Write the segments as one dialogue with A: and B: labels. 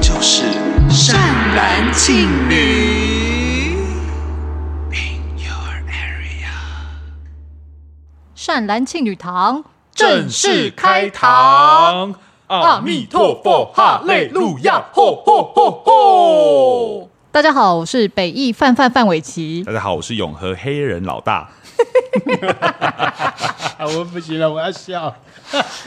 A: 就是善男信女。In your area，
B: 善男信女堂
C: 正式开堂，
B: 哦
C: 阿弥陀佛，哈利路亚，吼吼吼吼！
B: 大家好，我是北艺范范范玮琪
D: 大。家好，我是永和黑人老大。
C: 啊，我不行了，我要笑。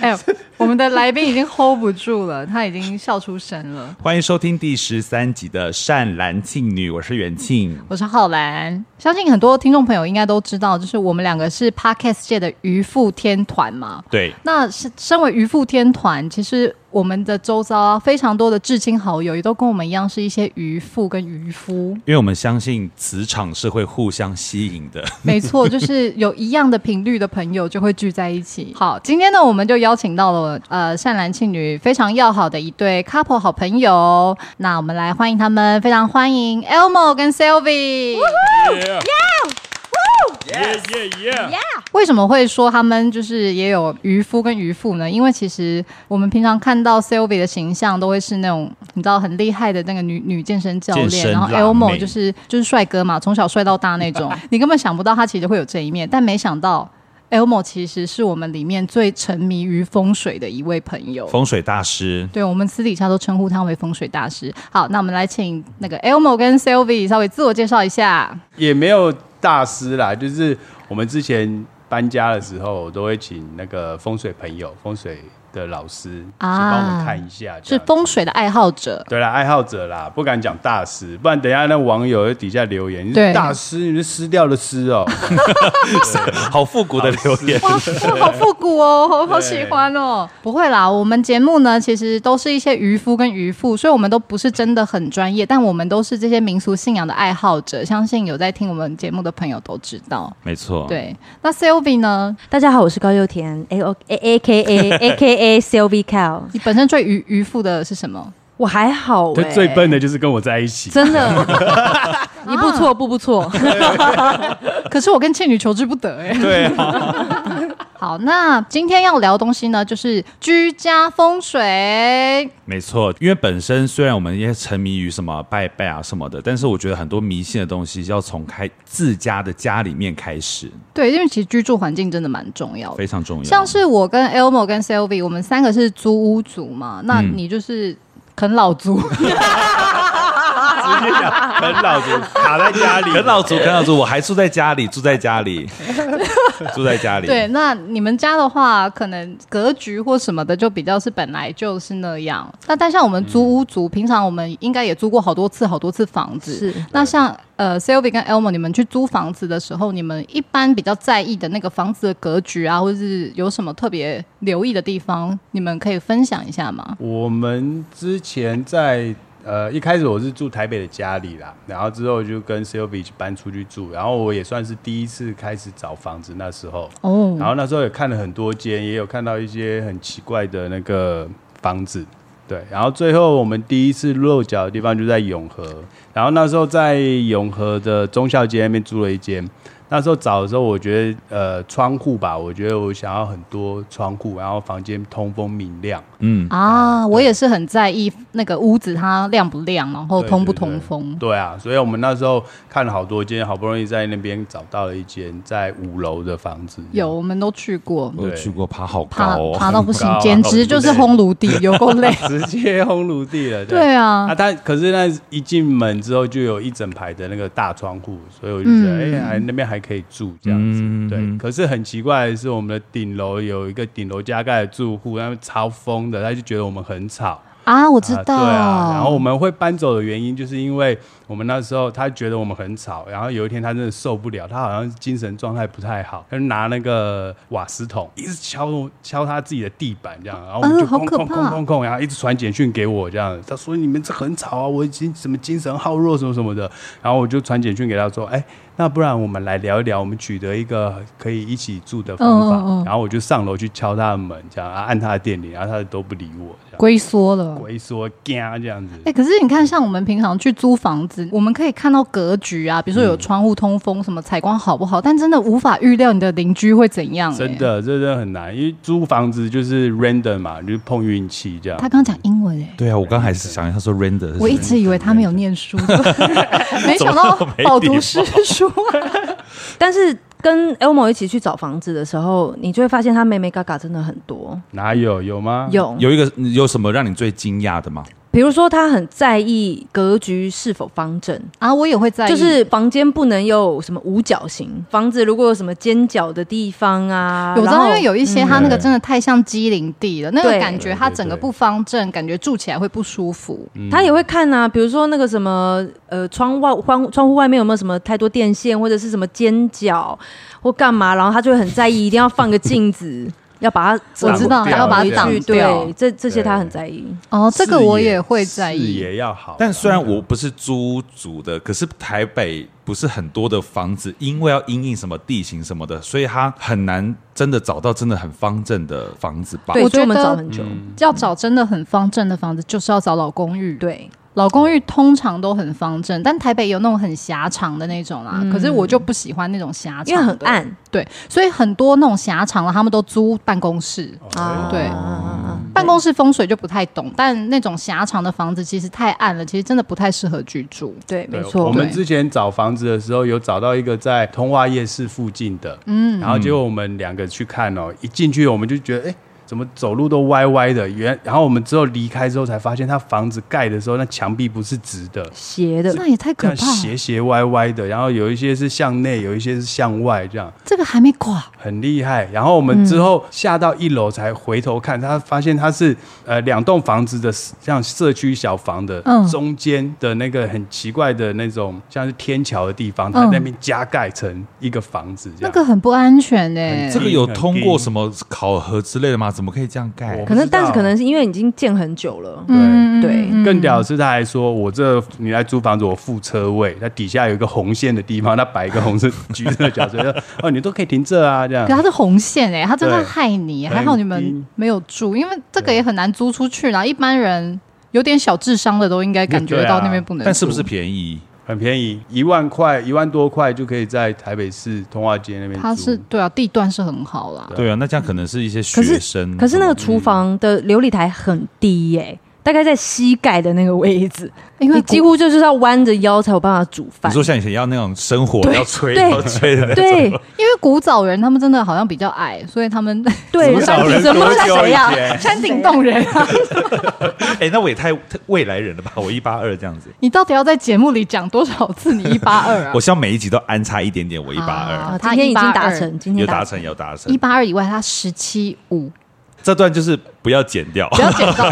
B: 哎 呦，我们的来宾已经 hold 不住了，他已经笑出声了。
D: 欢迎收听第十三集的《善男信女》，我是元庆。
B: 我是浩然，相信很多听众朋友应该都知道，就是我们两个是 podcast 界的渔夫天团嘛。
D: 对，
B: 那是身为渔夫天团，其实我们的周遭啊，非常多的至亲好友也都跟我们一样是一些渔妇跟渔夫。
D: 因为我们相信磁场是会互相吸引的。
B: 没错，就是有一样的频率的朋友就会聚在一起。好，今天呢，我们就邀请到了呃善男信女非常要好的一对 couple 好朋友，那我们来欢迎他们，非常欢迎 Elmo 跟 Sylvie。
C: 耶耶耶！
B: 为什么会说他们就是也有渔夫跟渔妇呢？因为其实我们平常看到 Sylvie 的形象都会是那种你知道很厉害的那个女女健身教
D: 健
B: 练，
D: 身
B: 然后
D: 辣
B: Elmo
D: 妹
B: 就是就是帅哥嘛，从小帅到大那种，你根本想不到他其实会有这一面，但没想到。Elmo 其实是我们里面最沉迷于风水的一位朋友，
D: 风水 大师，
B: 对我们私底下都称呼他为风水大师。好，那我们来请那个 Elmo 跟 Sylvie 稍微自我介绍一下。
C: 也没有大师啦，就是我们之前搬家的时候，我都会请那个风水朋友、风水的老师去
B: 啊
C: 帮我们看一下，这
B: 是
C: 样
B: 风水的爱好者，
C: 对啦，爱好者啦，不敢讲大师，不然等一下那网友在底下留言，你
B: 对
C: 是大师，你是撕掉的撕哦，
D: 好复古的留言。
B: 哇，哇好复古哦， 好好喜欢哦。不会啦，我们节目呢，其实都是一些渔夫跟渔妇，所以我们都不是真的很专业，但我们都是这些民俗信仰的爱好者。相信有在听我们节目的朋友都知道。
D: 没错，，
B: 对，那 Sylvie 呢？
E: 大家好，我是高佑田，A O A A K A A K A Sylvie Cow。
B: 你本身最渔渔妇的是什么？
E: 我还好、
C: 他
E: 欸，
C: 最笨的就是跟我在一起，
E: 真的， 一步错步步错。
B: 可是我跟倩女求之不得 哎、
D: 对啊，
B: 好，那今天要聊的东西呢，就是居家风水。
D: 没错。因为本身虽然我们也沉迷于什么拜拜啊什么的，但是我觉得很多迷信的东西要从开自家的家里面开始，
B: 对，因为其实居住环境真的蛮重要的
D: 非。常重要。
B: 像是我跟 Elmo 跟 Sylvie，我们三个是租屋族嘛，那你就是啃老族，
C: 直接讲很老族卡在家里，
D: 啃老族，啃老族，我还住在家里，住在 家里，住在家里。
B: 对。那你们家的话，可能格局或什么的就比较是本来就是那样。那但像我们租屋族，平常我们应该也租过好多次、好多次房子。
E: 是
B: 那像呃 Sylvie 跟 Elmo，你们去租房子的时候，你们一般比较在意的那个房子的格局啊，或者是有什么特别留意的地方，你们可以分享一下吗？
C: 我们之前在呃一开始我是住台北的家里啦，然后之后就跟 Sylvie 去搬出去住，然后我也算是第一次开始找房子那时候，
B: 哦
C: 然后那时候也看了很多间，也有看到一些很奇怪的那个房子。对，然后最后我们第一次落脚的地方就在永和，然后那时候在永和的忠孝街那边租了一间。那时候找的时候，我觉得呃窗户吧，我觉得我想要很多窗户，然后房间通风明亮。
D: 嗯，
B: 啊，我也是很在意那个屋子它亮不亮，然后
C: 对
B: 通不
C: 对
B: 通
C: 对
B: 风。
C: 对啊，所以我们那时候看了好多间，好不容易在那边找到了一间在五楼的房子。
B: 有，我们都去过，
C: 哦
D: 我有去过，爬好
B: 爬
D: 高哦，
B: 爬到不行
C: 高啊，
B: 简直就是烘炉地，有够 累。
C: 直接烘炉地了。
B: 对啊
C: 啊，，但可是那一进门之后就有一整排的那个大窗户，所以我就觉得，哎、
B: 嗯
C: 还那边还可以住这样子。
D: 嗯
C: 对，可是很奇怪的是，我们的顶楼有一个顶楼加盖的住户，他们超疯的，他就觉得我们很吵。
B: 啊，我知
C: 啊
B: 道。
C: 对啊，然后我们会搬走的原因，就是因为我们那时候他觉得我们很吵，然后有一天他真的受不了，他好像精神状态不太好，他就拿那个瓦斯桶一直敲敲他自己的地板，这样，然后我们
B: 嗯
C: 就
B: 好
C: 空
B: 可
C: 空空
B: 怕
C: 空空，然后一直传简讯给我这样，他说你们这很吵啊，我已经什么精神耗弱什么什么的，然后我就传简讯给他说，哎。那不然我们来聊一聊，我们取得一个可以一起住的方
B: 嗯
C: 法。
B: 嗯嗯
C: 然后我就上楼去敲他的门，这样啊，按他的电铃，然后他都不理我，这样
B: 龟缩了。
C: 龟缩嘎这样子。
B: 哎、可是你看，像我们平常去租房子，我们可以看到格局啊，比如说有窗户通风，什么采光好不好，但真的无法预料你的邻居会怎样、欸哎
C: 真，的，这真的很难，因为租房子就是 random 嘛，就是碰运气这样。
B: 他刚讲英文哎、
D: 对啊，我刚还是想他说 render，是
B: 我一
D: 什么
B: 直以为他没有念书， 没想 到饱读诗书。
E: 但是跟 Elmo 一起去找房子的时候，你就会发现他妹妹嘎嘎真的很多。
C: 哪有有
B: 嗯
C: 吗？
E: 有，
D: 有一个有什么让你最惊讶的吗？
E: 比如说他很在意格局是否方正，
B: 啊，我也会在意，
E: 就是房间不能有什么五角形，房子如果有什么尖角的地方啊，
B: 有知
E: 然
B: 道，
E: 后
B: 因为有一些它
D: 嗯
B: 那个真的太像机灵地了，那个
E: 对
B: 感觉它整个不方正，感觉住起来会不舒服。
C: 嗯
E: 他也会看啊，比如说那个什么，呃，窗外窗窗户外面有没有什么太多电线，或者是什么尖角或干嘛，然后他就会很在意，一定要放个镜子，要把它
B: 我知道
C: 挡不
B: 还
C: 掉
B: 要把它
E: 回去
B: 挡掉
E: 对，。这这些他
C: 对
E: 很在意。
B: 哦，这个
C: 视野
B: 我也会在
C: 视
B: 意。
C: 野要好。啊
D: 但虽然我不是租租的，可是台北不是很多的房子，因为要因应什么地形什么的，所以它很难真的找到真的很方正的房子吧。
E: 对，
B: 我
E: 所以我们
B: 觉得嗯
E: 找很久。
B: 要找真的很方正的房子，就是要找老公寓。，
E: 对，
B: 老公寓通常都很方正，但台北有那种很狭长的那种啦。可是我就不喜欢那种狭长，
E: 嗯因为很。暗
B: 对，所以很多那种狭长的，他们都租办公
C: 哦
B: 室。
E: 啊，
B: 对
E: 啊啊啊
B: 办公室风水就不太懂，但那种狭长的房子其实太暗了，其实真的不太适合居住。
E: 对，
C: 对
E: 没错。
C: 我们
B: 对
C: 之前找房子的时候，有找到一个在通化夜市附近的，嗯，然后结果我们两个去看哦，一进去我们就觉得，哎，怎么走路都歪歪的？原，然后我们之后离开之后才发现，它房子盖的时候，那墙壁不是直的，
E: 斜的，
B: 那也太
C: 这
B: 可
C: 样
B: 怕了，
C: 斜斜歪歪的，然后有一些是向内，有一些是向外，这样
B: 这个还没垮。
C: 很厉害。然后我们之后下到一楼才回头看，他发现它是呃两栋房子的像社区小房的、
B: 嗯
C: 中间的那个很奇怪的那种像是天桥的地方，它
B: 嗯
C: 那边加盖成一个房子这
B: 那
C: 样。
B: 个很不安全哎、
C: 很
D: 这个有通过什么考核之类的吗？怎么可以这样盖
C: 我？
E: 可能但是
C: 不知道
E: 可能是因为已经建很久了，
B: 嗯
E: 对
C: 更屌的是，他还说：“我这你来租房子，我付车位。它底下有一个红线的地方，他摆一个红色橘色的角色， 说哦，你都可以停这啊，这样
B: 可。它是红线哎、它真的害你，
C: 对
B: 还好你
C: 很低
B: 们没有住，因为这个也很难租出去啦。一般人有点小智商的都应该感觉到
C: 对啊
B: 那边不能住，
D: 但是不是便宜？
C: 很便宜，一万块，一万多块就可以在台北市通化街那边租。
B: 它是对啊，地段是很好啦。
D: 对啊，那这样可能是一些
E: 可是
D: 学生。
E: 可是那个厨房的琉璃台很低耶、大概在膝盖的那个位置，
B: 因
E: 你
B: 为
E: 几
B: 几乎
E: 乎就是要弯着腰才有办法煮饭
D: 你。说像以前要那种生火
E: 对
D: 要吹
E: 对
D: 要吹的那种，
E: 对
B: 因为古早人他们真的好像比较矮，所以他们
E: 对，
C: 少人
E: 怎么
C: 多久
E: 谁呀
C: 以？前
B: 山顶洞人啊。
D: 哎，那我也太太未来人了吧？我一八二这样子，
B: 你到底要在节目里讲多少次你一八二啊
D: 我？希望每一集都安插一点点我一八
B: 啊
D: 二，
E: 今天已经达成，今天
D: 有达成有达成
B: 一，八二以外，他十七五，
D: 这段就是不要剪 掉。
B: 不要剪到，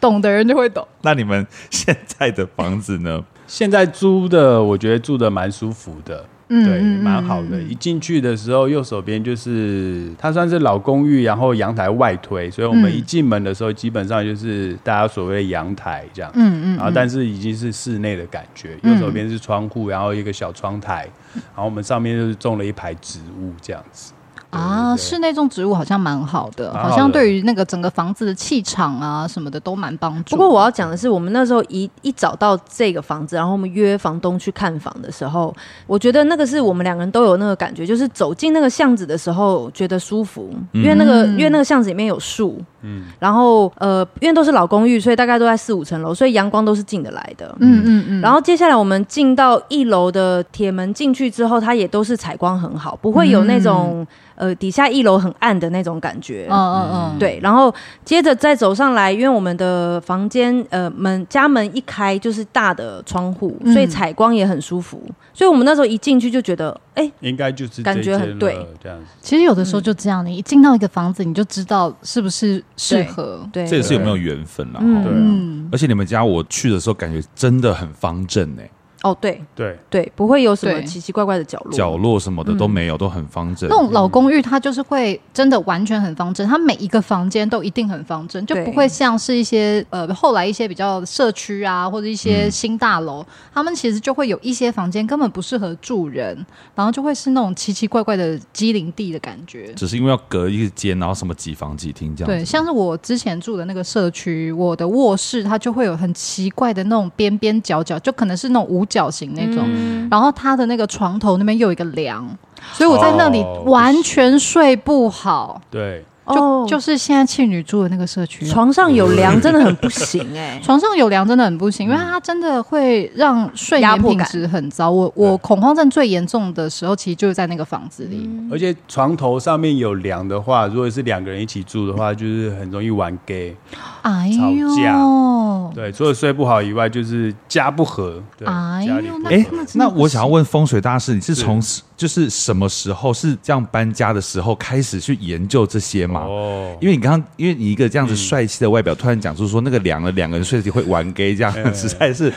B: 懂的人就会懂。
D: 那你们现在的房子呢？
C: 现在租的，我觉得住的蛮舒服的，
B: 嗯
C: 对，
B: 嗯嗯
C: 蛮好的。一进去的时候，右手边就是它算是老公寓，然后阳台外推，所以我们
B: 嗯
C: 一进门的时候，基本上就是大家所谓的阳台这样。
B: 嗯嗯嗯
C: 然后，但是已经是室内的感觉，右手边是窗户，然后一个小窗台，然后我们上面就是种了一排植物这样子。
B: 啊，室内种植物好像蛮好的，
C: 蛮好的
B: 好像对于那个整个房子的气场啊什么的都蛮帮助。
E: 不过我要讲的是，我们那时候一一找到这个房子，然后我们约房东去看房的时候，我觉得那个是我们两个人都有那个感觉，就是走进那个巷子的时候觉得舒服，因为那个、因为那个巷子里面有树，嗯，然后呃，因为都是老公寓，所以大概都在四五层楼，所以阳光都是进得来的，
B: 嗯
E: 嗯。
B: 嗯嗯，
E: 然后接下来我们进到一楼的铁门进去之后，它也都是采光很好，不会有那种、呃底下一楼很暗的那种感觉。
B: 嗯嗯嗯，
E: 对，然后接着再走上来，因为我们的房间呃门家门一开就是大的窗户，
B: 嗯
E: 所以采光也很舒服。所以我们那时候一进去就觉得，哎、
C: 应该就是
E: 感觉
C: 这
E: 很
C: 间
E: 对
C: 了这样子。
B: 其实有的时候就这样，你一进到一个房子，你就知道是不是适合。
E: 对，
D: 这也是有没有缘分啦。哦
E: 嗯
D: 哈
C: 对啊
B: 嗯，
D: 而且你们家我去的时候，感觉真的很方正哎、
E: 哦，对
C: 对，
E: 对，不会有什么
B: 对
E: 奇奇怪怪的角落。
D: 角落什么的都没有，都很方正
B: 那。种老公寓，它就是会真的完全很方正，它每一个房间都一定很方正，就
E: 对
B: 不会像是一些呃后来一些比较社区啊或者一些
C: 嗯
B: 新大楼，他们其实就会有一些房间根本不适合住人，然后就会是那种奇奇怪怪的机灵地的感觉。
D: 只是因为要隔一个间，然后什么几房几厅这样
B: 对，
D: 子。
B: 像是我之前住的那个社区，我的卧室它就会有很奇怪的那种边边角角，就可能是那种五角形那种，
E: 嗯
B: 然后它的那个床头那边又有一个梁，所以我在那里
C: 哦
B: 完全睡不好。
C: 对，
E: 哦，
B: 就就是现在庆女住的那个社区，
E: 床上有梁真的很不行 哎、
B: 床上有梁真的很不行，因为
C: 嗯
B: 它真的会让睡
E: 压
B: 眠
E: 迫
B: 品
E: 感
B: 质很糟。我我恐慌症最严重的时候，其实就是在那个房子里。
C: 而且床头上面有梁的话，如果是两个人一起住的话，就是很容易玩 gay。
B: 哎
C: 吵
B: 呦，
C: 对，除了睡不好以外，就是家不和。对，
B: 哎
C: 家里
B: 呦，
C: 不
B: 那
C: 和
D: 哎
B: 真的真的
D: 那
B: 不
D: 我想要
B: 行
D: 问风水大师，你是从就是什么时候是这样搬家的时候开始去研究这些吗？
C: 哦，
D: 因为你刚刚，因为你一个这样子帅气的外表，突然讲出说那个凉了，两个人睡起会玩 gay 这样， 实在是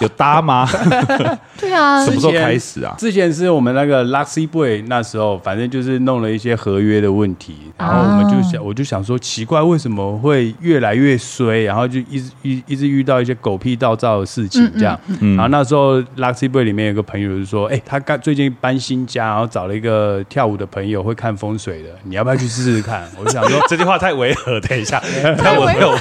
D: 有搭吗？
B: 对啊
D: 什，么时候开始啊？
C: 之前是我们那个 Luxy Boy 那时候，反正就是弄了一些合约的问题，然后我们就
B: 哦
C: 想，我就想说奇怪，为什么会越来越衰，然后就一直一一直遇到一些狗屁倒灶的事
B: 嗯
C: 情这样。然后那时候 Luxy Boy 里面有个朋友就说，哎、他刚最近搬新家，然后找了一个跳舞的朋友会看风水的，你要不要去试试看？我就想 说，
D: 这句话太违和，等一 下，看我没有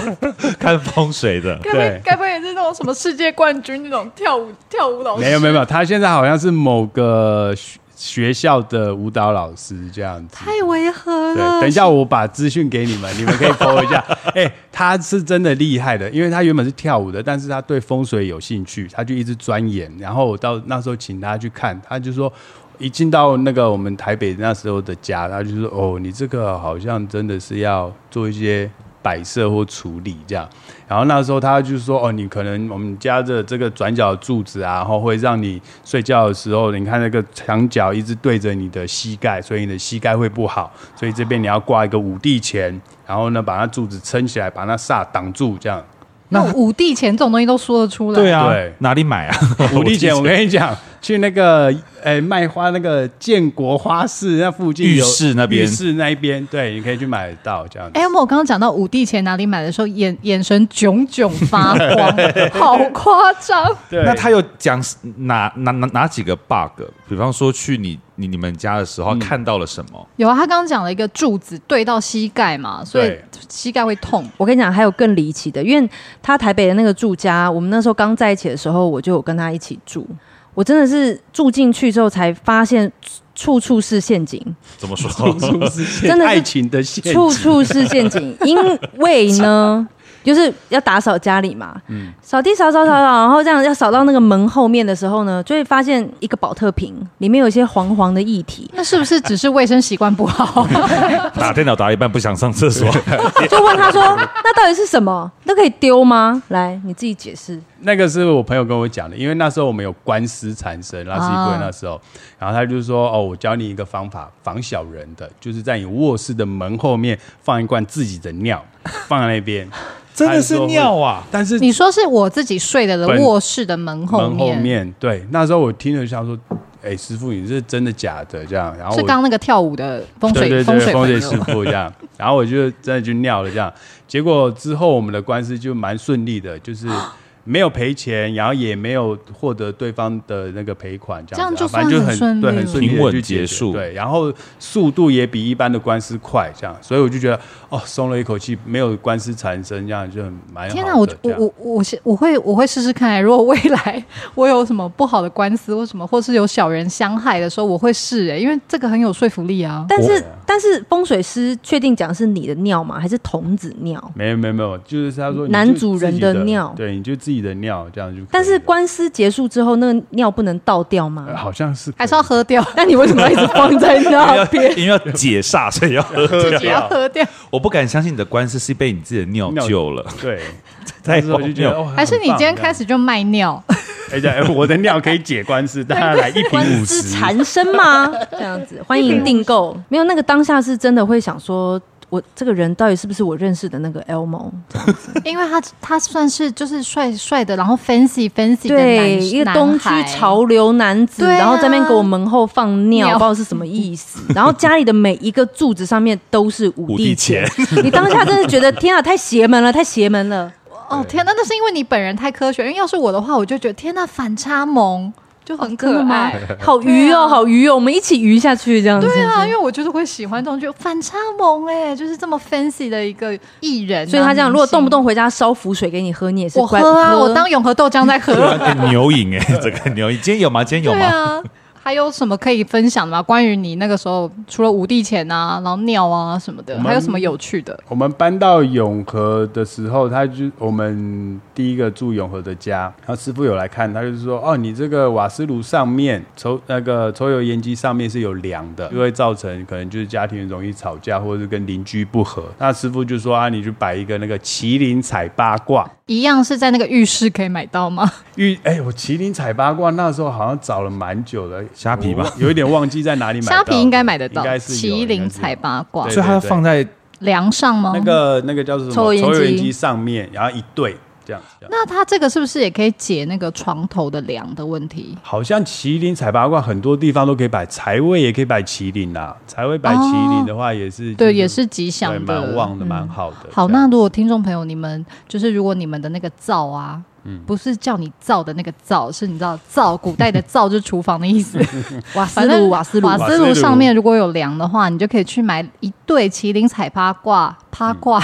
D: 看风水的，
F: 该不会
C: 对
F: 该不会也是那种什么世界冠军那种跳舞跳舞
B: 哦
F: 老师？
C: 没有没有没有，他现在好像是某个学学校的舞蹈老师这样子。
B: 太违和
C: 对，
B: 了。
C: 等一下我把资讯给你们，你们可以 follow 一下。哎、他是真的厉害的，因为他原本是跳舞的，但是他对风水有兴趣，他就一直钻研。然后我到那时候请他去看，他就说。一进到那个我们台北那时候的家，他就说：“哦，你这个好像真的是要做一些摆设或处理这样。”然后那时候他就说：“哦，你可能我们家的这个转角柱子啊，然后会让你睡觉的时候，你看那个墙角一直对着你的膝盖，所以你的膝盖会不好。所以这边你要挂一个五帝钱，然后呢把那柱子撑起来，把那煞挡住，这样。
B: 那五帝钱这种东西都说得出来，
D: 对啊
C: 对，
D: 哪里 买啊？
C: 五帝钱，我跟你讲，去那个诶、卖花那个建国花市那附近有
D: 浴室那边
C: 浴室那一边，对，你可以去买得到这样子。
B: 哎，我刚刚讲到五帝钱哪里买的时候，眼眼神炯炯发 光，好夸张。
C: 对，
D: 那他有讲哪哪哪哪几个 bug？比方说去你你你们家的时候看到了什么？
B: 有啊，他刚刚讲了一个柱子对到膝盖嘛，所以
C: 对
B: 膝盖会痛。
E: 我跟你讲，还有更离奇的，因为他台北的那个住家，我们那时候刚在一起的时候，我就有跟他一起住。我真的是住进去之后才发现，处处是陷阱，
D: 怎么说？
E: 真的是
C: 爱情的陷阱，
E: 处处是陷阱。因为呢，就是要打扫家里嘛，扫地扫扫扫扫，然后这样要扫到那个门后面的时候呢，就会发现一个保特瓶里面有一些黄黄的液体，
B: 那是不是只是卫生习惯不 好？
D: 打电脑打一半不想上厕所，
E: 就问他说：“那到底是什么？那可以丢吗？”来，你自己解释。
C: 那个是我朋友跟我讲的，因为那时候我们有官司缠身，拉斯一
B: 哦
C: 贵那时候，然后他就说：“哦，我教你一个方法，防小人的，就是在你卧室的门后面放一罐自己的尿，放在 那边，
D: 真的是尿啊！
C: 但是
B: 你说是我自己睡的
C: 本
B: 卧室的门后
C: 门
B: 面，
C: 后面对，那时候我听了想说，哎，师傅你是真的假的？这样，然后
B: 是
C: 我
B: 刚刚那个跳舞的风水
C: 对对
B: 风
C: 对
B: 水
C: 风
B: 朋
C: 水
B: 友
C: 师傅这 样，然后我就真的就尿了这样，结果之后我们的官司就蛮顺利的， 就是。没有赔钱，然后也没有获得对方的那个赔款，这
B: 这样
C: 样子啊
B: 就算
C: 反正就
B: 很
C: 很
B: 顺
C: 对，
B: 利
C: 很
B: 了
C: 顺利地
D: 平稳
C: 去解
D: 结
C: 决
D: 束
C: 对，然后速度也比一般的官司快，这样，所以我就觉得哦，松了一口气，没有官司缠身，这样就很蛮好的。
B: 天哪，我
C: 这
B: 我
C: 样
B: 我我是我会我会试试看、如果未来我有什么不好的官司或什么，或是有小人相害的时候，我会试哎、因为这个很有说服力啊。
E: 但是，但是风水师确定讲是你的尿吗？还是童子尿？
C: 没有没有没有，就是他说你就
E: 男主人
C: 自己
E: 的
C: 的
E: 尿
C: 对，你就自己的尿这样就可以了。
E: 但是官司结束之后，那个尿不能倒掉吗？
C: 呃好像是
B: 还是要喝掉，
E: 那你为什么要一直放在 那
D: 因
E: 边？
D: 为要解煞，所以要喝
B: 自己
D: 掉
B: 要。喝掉，
D: 我不敢相信你的官司是被你自己的尿救了，
C: 对，
D: 太
C: 那时候我就觉得
D: 荒
C: 哦，
B: 还是你今天开
C: 始？
B: 始就卖尿？
C: 哎对，哎我的尿可以解官司，大家来一瓶五
E: 是
C: 十。
E: 缠身吗？这样子，欢迎订购。没有那个当下是真的会想说，我这个人到底是不是我认识的那个 Elmo？
B: 因为他他算是就是帅帅的，然后 fancy fancy 的
E: 对，
B: 男
E: 一个东区
B: 男孩
E: 潮流男子，
B: 对啊
E: 然后在那边给我门后放尿，
B: 尿
E: 不知道是什么意思。然后家里的每一个柱子上面都是五
D: 五
E: 帝
D: 帝钱，
E: 你当下真的觉得天啊，太邪门了，太邪门了。
B: 哦天呐，那是因为你本人太科学，因为要是我的话，我就觉得天呐，反差萌就很
E: 真
B: 可
E: 的吗
B: 爱。？
E: 好鱼哦，好鱼哦，我们一起鱼下去这样子。
B: 啊对啊，因为我就是会喜欢这种，就反差萌哎、就是这么 fancy 的一个艺人啊、
E: 所以他这
B: 明星
E: 样，如果动不动回家烧浮水给你喝，你也是
B: 我喝
E: 乖
B: 啊，我当永和豆浆在 喝。
C: 啊
D: 哎牛饮哎，这个牛饮，今天有吗？今天有
B: 对
D: 吗？
B: 啊，还有什么可以分享的吗？关于你那个时候，除了五帝钱啊，然后尿啊什么的，
C: 们
B: 还有什么有趣的？
C: 我们搬到永和的时候，他就我们第一个住永和的家，然后师傅有来看，他就是说，哦，你这个瓦斯炉上面抽那个抽油烟机上面是有梁的，就会造成可能就是家庭容易吵架，或者是跟邻居不和。那师傅就说啊，你就摆一个那个麒麟彩八卦。
B: 一样是在那个浴室可以买到吗？
C: 玉哎、我麒麟彩八卦那时候好像找了蛮久的，
D: 虾皮吧
C: 我有一点忘记在哪里买到。
B: 虾皮应该买得到，
C: 应该是有
B: 麒麟彩。
C: 应该是有
B: 八卦
C: 对
D: 所以它放在
B: 梁上吗？
C: 那个那个叫做什么？
E: 抽油烟机
C: 抽烟机上面，然后一对这样。这样
B: 那它这个是不是也可以解那个床头的梁的问题？
C: 好像麒麟彩八卦很多地方都可以摆，财位也可以摆麒麟啦。财位摆麒麟的话，也是、
B: 对，
C: 就
B: 也是吉
C: 对
B: 祥的，嗯
C: 蛮旺的，蛮好的。
B: 好，
C: 这样
B: 那如果听众朋友你们就是如果你们的那个灶啊，不是叫你灶的那个灶，是你知道灶古代的灶就是厨房的意思。
E: 瓦斯
B: 反正
E: 炉，瓦斯炉，
B: 瓦斯
C: 斯
B: 炉上面如果有梁的话，你就可以去买一对麒麟彩八卦八卦，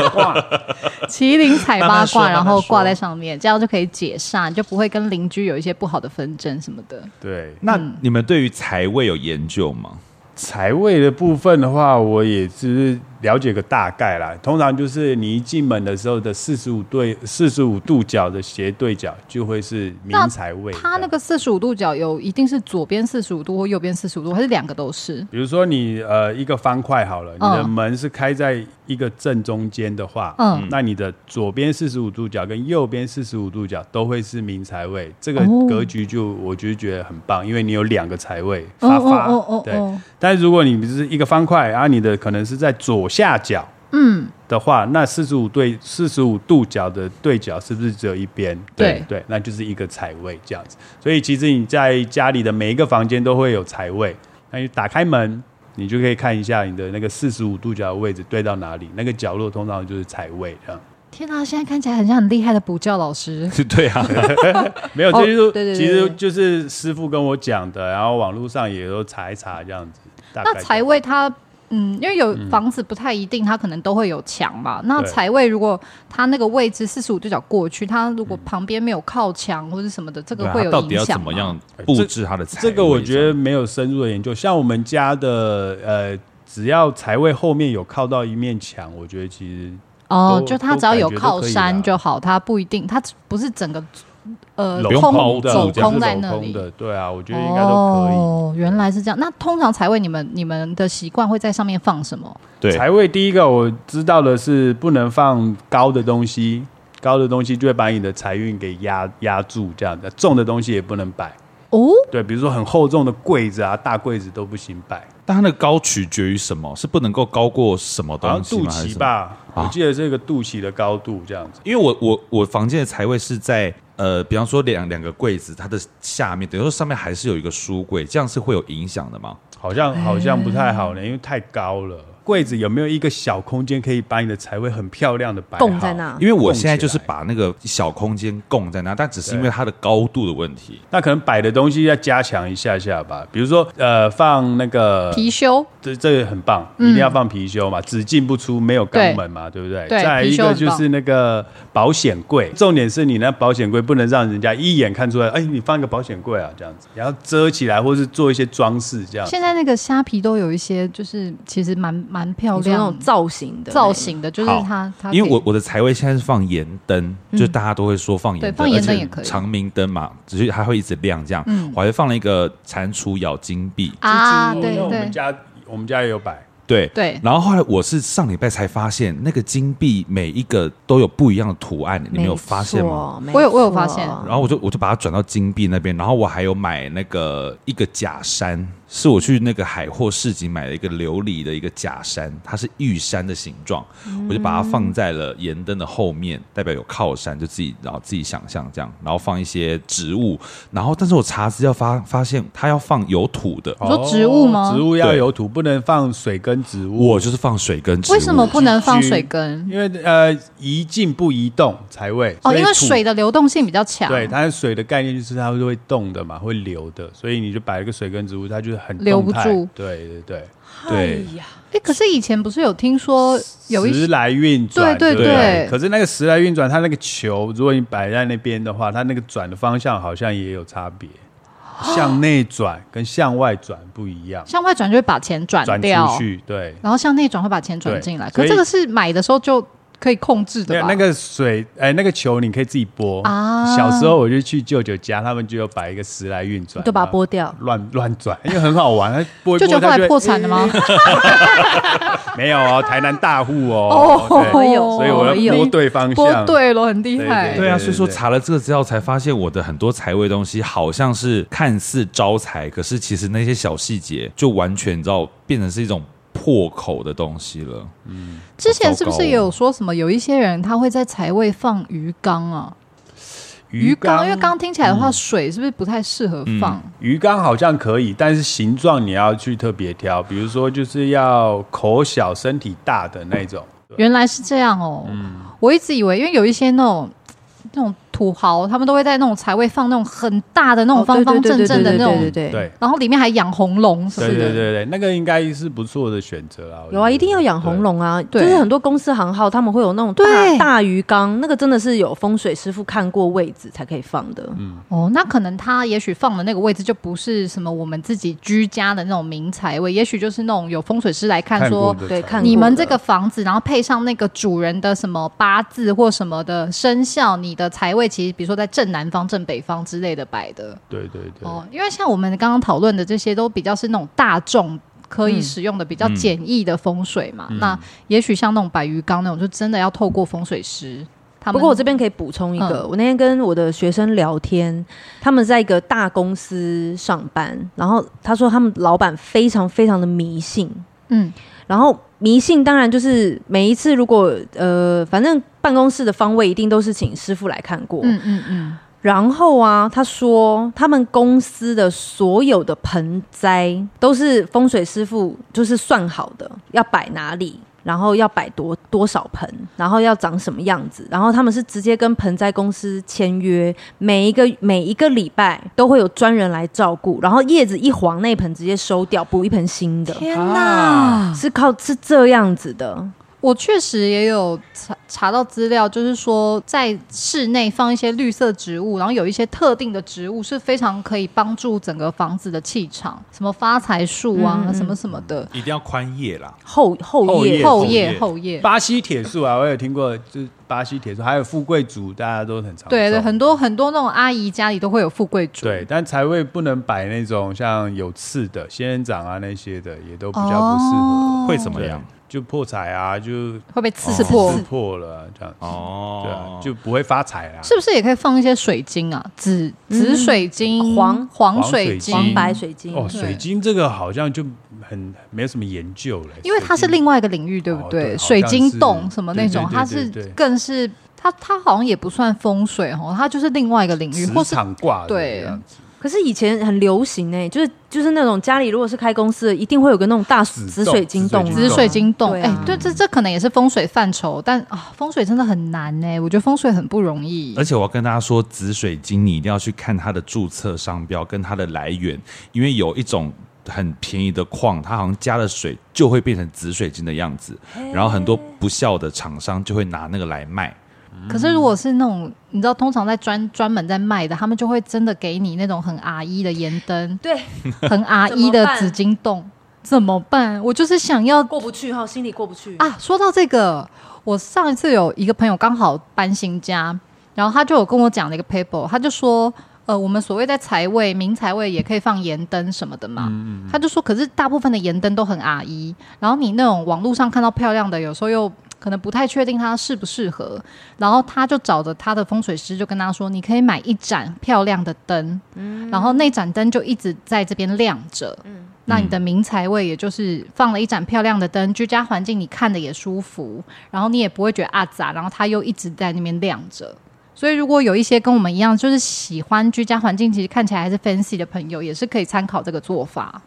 B: 麒麟彩八卦，然后挂在上面，这样就可以解煞，你就不会跟邻居有一些不好的纷争什么的。
C: 对
D: 那你们对于财位有研究吗？
C: 财位的部分的话，我也只是了解个大概啦。通常就是你一进门的时候的四十五对四十五度角的斜对角就会是明
B: 那
C: 财位。
B: 它那个四十五度角有一定是左边四十五度或右边四十五度，还是两个都是？
C: 比如说你呃一个方块好了，你的
B: 嗯
C: 门是开在一个正中间的话，
B: 嗯
C: 那你的左边四十五度角跟右边四十五度角都会是明财位，这个
B: 哦
C: 格局就我就觉得很棒，因为你有两个财位
B: 哦
C: 发发，
B: 哦哦哦
C: 对。
B: 哦
C: 但如果你是一个方块，然、后你的可能是在左下角，
B: 嗯。
C: 的话，那四十五对四十五度角的对角是不是只有一边？
B: 对
C: 对，那就是一个财位这样子。所以其实你在家里的每一个房间都会有财位，那你打开门，你就可以看一下你的那个四十五度角的位置对到哪里，那个角落通常就是财位这样。
B: 天啊，现在看起来很像很厉害的补教老师。
D: 对啊，
C: 没有，这就是、
E: 哦对对对
C: 其
E: 对
C: 实
E: 对
C: 就是师傅跟我讲的，然后网络上也都查一查这样子。大概
B: 那财位它，嗯，因为有房子不太一定，它可能都会有墙嘛。那
C: 对
B: 财位如果它那个位置四十五度角过去，它如果旁边没有靠墙或者什么的，这
D: 对
B: 个
D: 啊
B: 会有
D: 到底
B: 影
D: 要
B: 响
D: 怎
B: 吗
D: 么样布置它的财位？
C: 这个我觉得没有深入的研究，像我们家的呃，只要财位后面有靠到一面墙，我觉得其实
B: 哦，
C: 都
B: 就它
C: 都
B: 只要
C: 感
B: 有
C: 觉都
B: 靠
C: 可以啊
B: 山
C: 啦
B: 就好，它不一定，它不是整个呃
D: 不用
B: 空
D: 包住
B: 走
D: 这样
B: 空在
C: 镂
B: 那
C: 空
B: 里。
C: 的，对啊，我觉得应该都可以。
B: 哦，原来是这样。那通常财位，你们你们的习惯会在上面放什么？
D: 对
C: 财位第一个我知道的是不能放高的东西，高的东西就会把你的财运给压压住，这样的重的东西也不能摆。
B: 哦，
C: 对，比如说很厚重的柜子啊、大柜子都不行摆，
D: 但它的高取决于什么？是不能够高过什么
C: 好像
D: 东西
C: 肚
D: 吗？还是
C: 脐
D: 什么？
C: 吧，
D: 啊
C: 我记得这个肚脐的高度这样子。
D: 因为我我我房间的财位是在呃，比方说两两个柜子，它的下面，等于说上面还是有一个书柜，这样是会有影响的吗？
C: 好像好像不太
B: 哎
C: 好呢，因为太高了。柜子有没有一个小空间可以把你的财位很漂亮的摆好
E: 供在
B: 啊
E: 那？
D: 因为我现在就是
C: 供起来
D: 把那个小空间供在那，但只是因为
C: 对
D: 它的高度的问题。
C: 那可能摆的东西要加强一下下吧，比如说呃，放那个
B: 貔貅。嗯
C: 这这个很棒，一定要放貔貅嘛，只进不出，没有肛门嘛，对不对？
B: 对
C: 再来一
B: 貔貅
C: 个
B: 很
C: 就
B: 棒
C: 是那个保险柜，重点是你那保险柜不能让人家一眼看出来，哎，你放一个保险柜啊，这样子，然后遮起来，或是做一些装饰这样子。
B: 现在那个虾皮都有一些，就是其实蛮蛮漂
E: 你说那
B: 亮
E: 种造型的
B: 造，型的，就是
D: 好
B: 它它可以嗯
D: 因为我我的财位现在是放盐灯，就大家都会说放盐
B: 对
D: 灯，
B: 放盐灯
D: 而且
B: 也可以
D: 长明灯嘛，只是它会一直亮这样。
B: 嗯
D: 我还放了一个蟾蜍咬金币，
B: 啊，
C: 哦
B: 对
C: 那我们
B: 对
C: 家我们家也有摆，
D: 对
B: 对
D: 然后后来我是上礼拜才发现，那个金币每一个都有不一样的图案，你们有发现吗？
E: 没错
B: 我有我有发现
E: 没错
D: 然后我就我就把它转到金币那边，然后我还有买那个一个假山，是我去那个海货市集买了一个琉璃的一个假山，它是玉山的形状，我就把它放在了盐灯的后面，代表有靠山，就自己然后自己想象这样，然后放一些植物，然后但是我查资料发发现它要放有土的，
B: 你说植物吗
C: 哦植物要有土，不能放水跟植物。
D: 我就是放水跟植物，
B: 为什么不能放水根？
C: 因为呃，宜静不宜动才会
B: 哦，
C: 所以
B: 因为
C: 土
B: 水的啊流动性比较强，
C: 对，它水的概念就是它会动的嘛，会流的，所以你就摆一个水根植物，它就是很动态
B: 留不住
C: 对对对，
D: 对
E: 哎呀，
B: 哎，可是以前不是有听说有一
C: 时
B: 些
C: 来运转，
B: 对
C: 对
B: 对
C: 不
B: 对
C: 可是那个时来运转，它那个球，如果你摆在那边的话，它那个转的方向好像也有差别，向内转跟向外转不一样，
B: 向外转就会把钱转
C: 转
B: 掉，
C: 出去对。
B: 然后向内转会把钱转进来。
C: 对所
B: 可
C: 以
B: 这个是买的时候就可以控制
C: 对
B: 的吧？
C: 那个水，哎，那个球你可以自己拨
B: 啊
C: 小时候我就去舅舅家，他们就有摆一个时来运转，
E: 就把
C: 然
E: 它
C: 后
E: 剥 掉
C: 乱乱转，因为很好玩。它拨一
B: 舅
C: 拨，
B: 舅后
C: 它就
B: 来
C: 会嗯
B: 破产了 吗？
C: 没有哦，台南大户哦。对
E: 我有
C: 所以我要
E: 有
C: 拨对方
B: 播
C: 向。
B: 哦对了，很厉害。
D: 对啊，
C: 对
D: 所以说
C: 对
D: 查了这个资料才发现，我的很多财位东西好像是看似招财，可是其实那些小细节就完全你知道变成是一种破口的东西了。
B: 之前是不是也有说什么？有一些人他会在财位放鱼缸啊，鱼缸，因为刚听起来的
C: 嗯
B: 话，水是不是不太适合放？
C: 鱼缸好像可以，但是形状你要去特别挑，比如说就是要口小身体大的那种。
B: 原来是这样哦，
E: 嗯
B: 我一直以为，因为有一些那种那种土豪，他们都会在那种财位放那种很大的那种
E: 哦
B: 方方正正的那
E: 对对对对
B: 种，
E: 对对对
C: 对
B: 然后里面还养红龙什么
C: 对对
B: 的。
C: 对对，那个应该是不错的选择啊。我觉得
E: 有啊，一定要养红。龙啊！就
B: 对
E: 是很多公司行号他们会有那种大
B: 对
E: 大鱼缸，那个真的是有风水师傅看过位置才可以放的。
B: 哦，那可能他也许放的那个位置就不是什么我们自己居家的那种名财位，也许就是那种有风水师来看
C: 看
B: 说
C: 过的
E: 对，
C: 才
E: 看
B: 你
E: 过
B: 们
E: 的
B: 这个房子，然后配上那个主人的什么八字或什么的生肖，你的财位其实比如说在正南方、正北方之类的摆的
C: 对对对。
B: 哦。因为像我们刚刚讨论的这些，都比较是那种大众可以
E: 嗯
B: 使用的、比较简易的风水嘛。那也许像那种摆鱼缸那种，就真的要透过风水师。他们嗯
E: 不过我这边可以补充一个，我那天跟我的学生聊天，他们在一个大公司上班，然后他说他们老板非常非常的迷信，
B: 嗯
E: 然后迷信当然就是每一次如果呃，反正办公室的方位一定都是请师傅来看过，
B: 嗯嗯嗯，
E: 然后啊，他说他们公司的所有的盆栽都是风水师傅就是算好的，要摆哪里，然后要摆多多少盆，然后要长什么样子，然后他们是直接跟盆栽公司签约，每一个每一个礼拜都会有专人来照顾，然后叶子一黄那一盆直接收掉，补一盆新的，
B: 天哪！
C: 啊
E: 是靠是这样子的，
B: 我确实也有查查到资料，就是说在室内放一些绿色植物，然后有一些特定的植物是非常可以帮助整个房子的气场，什么发财树啊，什么什么的。
D: 一定要宽叶啦，
E: 后后叶
B: 后
D: 叶
B: 叶后叶，
C: 巴西铁树啊，我有听过，就是巴西铁树，还有富贵竹，大家都很常
B: 对对，
C: 种
B: 很多很多那种阿姨家里都会有富贵竹，
C: 对，但财位不能摆那种像有刺的仙人掌啊那些的，也都比
B: 哦，
C: 较不适合。
D: 会怎么
C: 对
D: 样？
C: 就破财啊，就
B: 会被刺
E: 哦
B: 破。
C: 刺破了这样子。对啊
D: 哦，，
C: 就不会发财啊啦。
B: 是不是也可以放一些水晶啊？紫紫水晶、
E: 嗯黄
B: 黄
C: 黄水
B: 水晶，
C: 晶
E: 黄白水晶。
C: 哦，
B: 对
C: 水晶这个好像就很没有什么研究了，
B: 因为它是
C: 水晶
B: 另外一个领域，对不
C: 哦对
B: 对？
C: 好像
B: 水晶
C: 是
B: 洞什么那种，
C: 对对对
B: 它
C: 对
B: 是
C: 对对
B: 更是它它好像也不算风水哦，它就是另外一个领域，或
C: 磁
B: 是
C: 场挂的
B: 对
C: 这样子
E: 可是以前很流行哎、就是就是那种家里如果是开公司的，一定会有个那种大
C: 紫
E: 紫水晶洞、啊，
B: 紫水晶洞。
E: 对
B: 哎
E: 啊，，
B: 对，这这可能也是风水范畴，但啊，风水真的很难呢。我觉得风水很不容易
D: 而。且我要跟大家说，紫水晶你一定要去看它的注册商标跟它的来源，因为有一种很便宜的矿，它好像加了水就会变成紫水晶的样子，然后很多不孝的厂商就会拿那个来卖。
B: 可是如果是那种你知道，通常在专专门在卖的，他们就会真的给你那种很阿姨的盐灯
E: 对，
B: 很阿
E: 怎
B: 姨
E: 么
B: 的
E: 办
B: 紫晶洞，怎么办？我就是想要
E: 过不去哈，心里过不去。
B: 啊，说到这个，我上一次有一个朋友刚好搬新家，然后他就有跟我讲了一个 paper，他就说。呃，我们所谓在财位、明财位也可以放盐灯什么的嘛。他就说，可是大部分的盐灯都很阿姨，然后你那种网络上看到漂亮的，有时候又可能不太确定它适不适合，然后他就找着他的风水师，就跟他说，你可以买一盏漂亮的灯，然后那盏灯就一直在这边亮着，那你的明财位也就是放了一盏漂亮的灯，居家环境你看的也舒服，然后你也不会觉得啊杂，然后它又一直在那边亮着。所以，如果有一些跟我们一样，就是喜欢居家环境，其实看起来还是 fancy 的朋友，也是可以参考这个做法。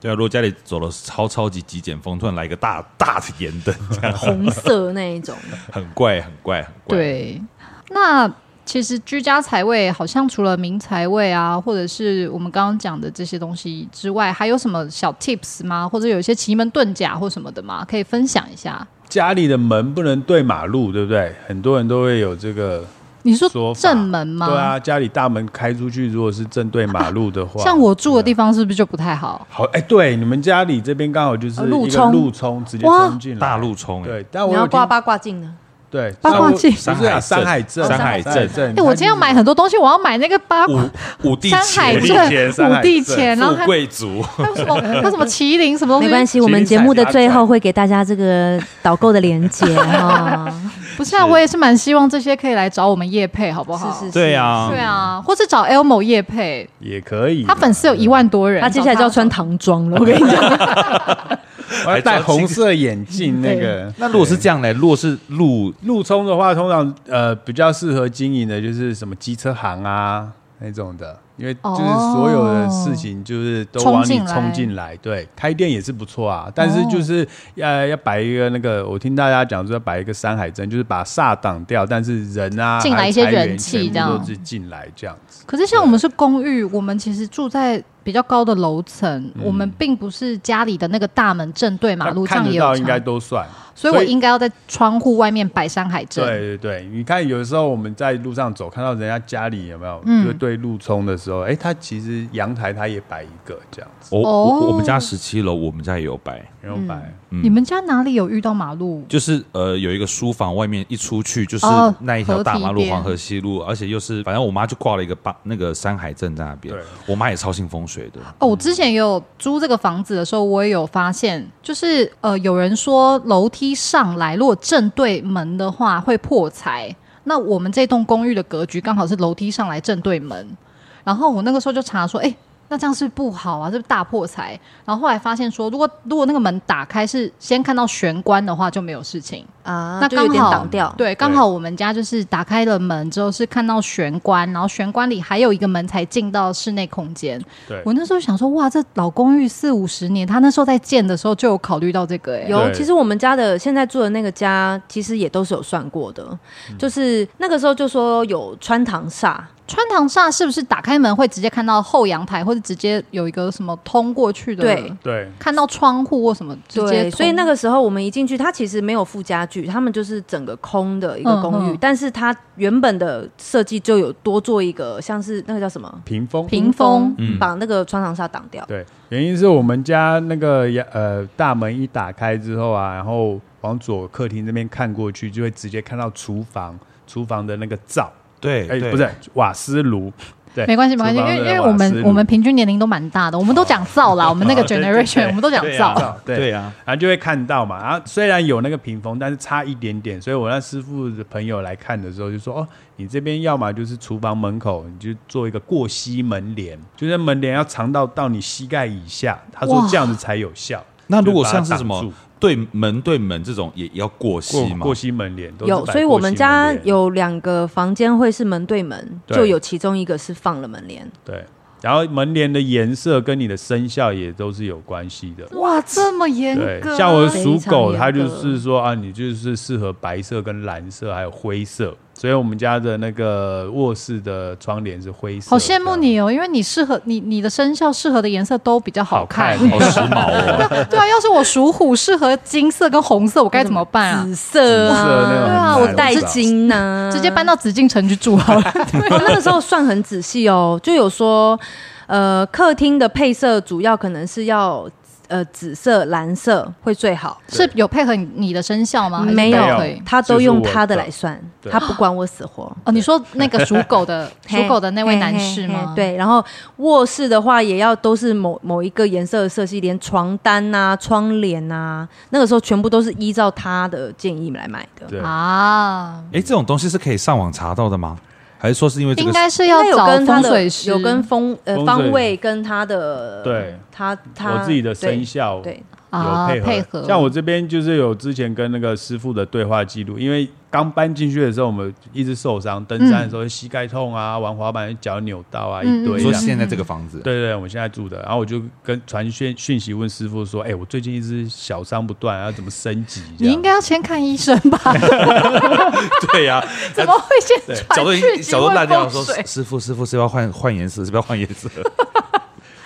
D: 对啊，如果家里走了超超级极简风，突然来一个大大的盐灯， 这样
E: 红色那 一种，
D: 很怪，很怪，很怪。，
B: 对，那其实居家财位啊好像除了明财位啊，或者是我们刚刚讲的这些东西之外，还有什么小 tips 吗？或者有一些奇门遁甲或什么的吗？可以分享一下。
C: 家里的门不能对马路，对不对？很多人都会有这个
B: 你说
C: 说法
B: 正门吗？
C: 对啊，家里大门开出去，如果是正对马路的话，
B: 啊像我住的地方是不是就不太好？
C: 好哎、对，你们家里这边刚好就是
E: 呃路
C: 一个
E: 冲
C: 路冲，直接
B: 哦哇
C: 冲进来
D: 大路冲、欸，
C: 对，但我
E: 你
C: 有
E: 要
C: 听
E: 挂八卦镜呢？
C: 对
B: 八卦
C: 但我
B: 镜
C: 不是啊，山
D: 山
C: 海
D: 海
C: 镇，
D: 镇山海镇
C: 镇。
B: 哎、我今天要买很多东西，我要买那个八卦
D: 五五帝
B: 山海
D: 钱，
B: 镇、
C: 山海
B: 五帝
C: 镇
B: 钱，然后
D: 富
B: 还
D: 贵族，
B: 还有什么 还有什么麒麟什么东西？
E: 没关系，我们节目的最后会给大家这个导购的链接 哈。
B: 不是啊，我也是蛮希望这些可以来找我们叶配，好不好？
E: 是是
D: 对啊，
B: 对啊，或是找 Elmo 叶配，
C: 也可以。
B: 他粉丝有一万多人，
E: 他接下来就要穿唐装了，我跟你讲。
C: 我要戴红色眼镜那个。
D: 那如果是这样嘞，如果是路
C: 路冲的话，通常呃比较适合经营的就是什么机车行啊那种的，因为就是所有的事情就是都往
B: 冲
C: 你
B: 进来
C: 冲进来。对，开店也是不错啊，但是就是
B: 哦
C: 呃要摆一个那个，我听大家讲说要摆一个山海针，就是把煞挡掉，但是人啊
B: 进来
C: 还有
B: 一些
C: 财源
B: 人气
C: 全部
B: 这样
C: 都是进来这样子。
B: 可是像我们是公寓，我们其实住在比较高的楼层，我们并不是家里的那个大门正对马路，
C: 嗯那
B: 这
C: 看
B: 样也
C: 得
B: 有
C: 到
B: 差
C: 应该都算，
B: 所以我应该要在窗户外面摆山海镇。
C: 对对对，你看有时候我们在路上走，看到人家家里有没有，
B: 嗯
C: 就对路冲的时候，哎，他其实阳台他也摆一个这样子，
D: 我
B: 哦
D: 我我们家十七楼，我们家也有摆，
C: 然后摆。
B: 你们家哪里有遇到马路？
D: 就是呃有一个书房外面一出去就是
B: 哦
D: 那一条大马
B: 河
D: 路
B: 堤边
D: 黄河西路，而且又是反正我妈就挂了一个八那个山海镇在那边
C: 对，
D: 我妈也超信风水的，
B: 哦，我之前也有租这个房子的时候，我也有发现，就是呃，有人说楼梯上来，如果正对门的话会破财。那我们这栋公寓的格局刚好是楼梯上来正对门，然后我那个时候就查说，哎、那这样是不好啊，这是大破财。然后后来发现说，如果如果那个门打开是先看到玄关的话，就没有事情。
E: 啊，
B: 那
E: 就有
B: 刚
E: 点
B: 好
E: 挡掉。
B: 对，刚好我们家就是打开了门之后是看到玄关，然后玄关里还有一个门才进到室内空间。
C: 对
B: 我那时候想说，哇，这老公寓四五十年，他那时候在建的时候就有考虑到这个、欸，
E: 有，
C: 对
E: 其实我们家的现在住的那个家，其实也都是有算过的，就是那个时候就说有穿堂煞，
B: 穿堂煞是不是打开门会直接看到后阳台，或者直接有一个什么通过去的？
E: 对。
C: 对，
B: 看到窗户或什么，直接通
E: 对，所以那个时候我们一进去，它其实没有附家具，他们就是整个空的一个公寓，
B: 嗯嗯
E: 但是它原本的设计就有多做一个，像是那个叫什么
C: 屏风。
B: 屏风
D: 嗯
E: 把那个穿堂煞挡掉。
C: 对，原因是我们家那个阳呃大门一打开之后啊，然后往左客厅这边看过去，就会直接看到厨房，厨房的那个灶，
D: 对，
C: 哎，
D: 对
C: 不是瓦斯炉，对，
B: 没关系，没关系，因
C: 厨
B: 为
C: 房
B: 因
C: 的
B: 为
C: 瓦
B: 我
C: 斯
B: 们
C: 炉
B: 我们平均年龄都蛮大的，我们都讲造 啦，我们那个 generation 我们都讲
D: 对
B: 造
D: 啊，
C: 对
D: 对啊，
C: 然后就会看到嘛，然后虽然有那个屏风，但是差一点点，所以我那师傅的朋友来看的时候就说：“哦，你这边要么就是厨房门口，你就做一个过膝门帘，就是门帘要长到到你膝盖以下。”他说
B: 哇
C: 这样子才有效。
D: 那如果
C: 就是把
D: 像
C: 它
D: 是什
C: 挡住
D: 么对门对门这种也也要过
C: 过
D: 膝嘛
C: 过，膝门帘，都是
E: 有，
C: 摆
E: 所以
C: 过
E: 我们
C: 膝
E: 家
C: 门帘
E: 有两个房间会是门对门，
C: 对
E: 就有其中一个是放了门帘。
C: 对，然后门帘的颜色跟你的生肖也都是有关系的。
B: 哇，这么严
C: 对
B: 格，，
C: 像我属
E: 非常
C: 狗，
E: 严
C: 它就
E: 格
C: 是说啊，你就是适合白色、跟蓝色，还有灰色。所以我们家的那个卧室的窗帘是灰色。
B: 好羡慕，你哦，因为你适合你你的生肖适合的颜色都比较好
C: 好
B: 看
C: 看。。
D: 好时 髦哦，
B: 对啊，要是我属虎适合金色跟红色，我
E: 嗯
B: 该怎么办啊？
E: 紫色
C: 紫色那种
B: 对
E: 啊，
B: 啊我
C: 很难
E: 戴
C: 找
E: 金呐、
B: 直接搬到紫禁城去住好 了。
E: 我 那个时候算很仔细哦，就有说，呃，客厅的配色主要可能是要呃紫色、蓝色会最好。
B: 是有配合你的生肖吗？还是
E: 嗯没
B: 都
E: 有
B: 可以，
E: 他都
C: 这是
E: 用
C: 我
E: 他的
C: 的
E: 来算，
C: 对
E: 他不管我死活。
B: 哦，你说那个属狗的
E: 嘿
B: 属狗的那位男士
E: 嘿嘿
B: 吗
E: 嘿？，对，然后卧室的话也要都是某某一个颜色的色系，连床单呐、窗帘呐、那个时候全部都是依照他的建议来买的。
C: 对，
B: 啊，
D: 哎，这种东西是可以上网查到的吗？还是说是因为这
B: 应
D: 个
B: 该是
E: 他
B: 要
E: 有
B: 找
E: 跟他
B: 风
E: 的
B: 水师，
E: 有跟风呃
C: 风水
E: 方位跟他的
C: 对
E: 他他
C: 我自己的生
E: 对
C: 肖
E: 对
B: 啊配
C: 有配
B: 合。
C: 像我这边就是有之前跟那个师傅的对话记录，因为刚搬进去的时候，我们一直受伤，登山的
B: 嗯
C: 时候膝盖痛啊，玩滑板脚扭到啊，一堆这
D: 说
C: 样。
D: 现在这个房子？
C: 对对，我现在住的，然后我就跟传讯讯息问师傅说：“哎、我最近一直小伤不断，要怎么升级？”这
B: 你
C: 样
B: 应该要先看医生吧？
D: 对呀，
B: 怎么会先
D: 脚都
B: 传
D: 已
B: 讯
D: 经
B: 息
D: 脚都
B: 问
D: 烂掉了，
B: 风
D: 说
B: 水？
D: 师傅师傅是不是要换换颜色，是不是要换颜色？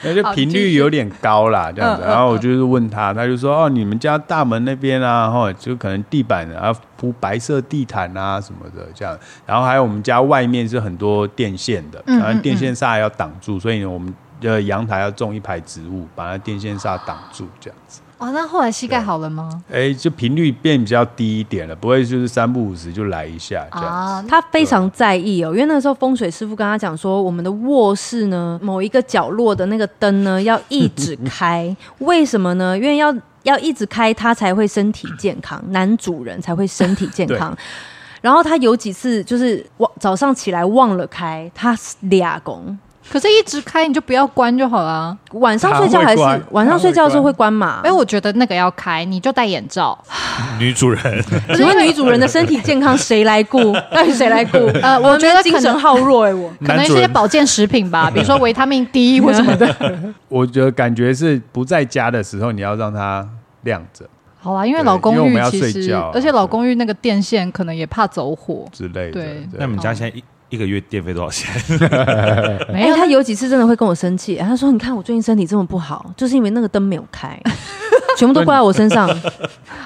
C: 那就频率有点高啦，
B: 哦
C: 这样子。然后我哦就是问他，他就说：“哦，你们家大门那边啊，哈，就可能地板啊铺白色地毯啊什么的，这样。然后还有我们家外面是很多电线的，
B: 嗯
C: 然后电线煞要挡住，所以呢，我们的阳台要种一排植物，把那电线煞挡住，这样子。
B: 哦，那后来膝盖好了吗？
C: 哎，就频率变比较低一点了，不会就是三不五时就来一下这样子。
B: 啊，
E: 他非常在意哦，因为那个时候风水师傅跟他讲说，我们的卧室呢，某一个角落的那个灯呢要一直开，为什么呢？因为要要一直开，他才会身体健康，男主人才会身体健康。然后他有几次就是忘早上起来忘了开，他俩拱，
B: 可是一直开你就不要关就好了。啊
E: 晚上睡觉还是
C: 他会关
E: 晚上睡觉的时候会关嘛？
B: 哎，我觉得那个要开，你就戴眼罩。
D: 女主人，
E: 请问女主人的身体健康谁来顾？ 到底谁来顾？
B: 呃，我觉得
E: 精
B: 可
E: 神
B: 能
E: 耗弱哎、我
B: 可能是
D: 男主
B: 一些
D: 人
B: 保健食品吧，比如说维他命 D 或什么的。
C: 我觉得感觉是不在家的时候，你要让它亮着
B: 好啊啦，因为
C: 对
B: 老公
C: 因为我
B: 寓
C: 们要
B: 其
C: 睡
B: 实
C: 觉，嗯
B: 而且老公寓那个电线可能也怕走火，
C: 之类的。
B: 对
D: 那你们家现在一一个月电费多少钱？
B: 没
E: 哎、
B: 有
E: 他有几次真的会跟我生气，哎他说：“你看我最近身体这么不好，就是因为那个灯没有开，全部都怪在我身上。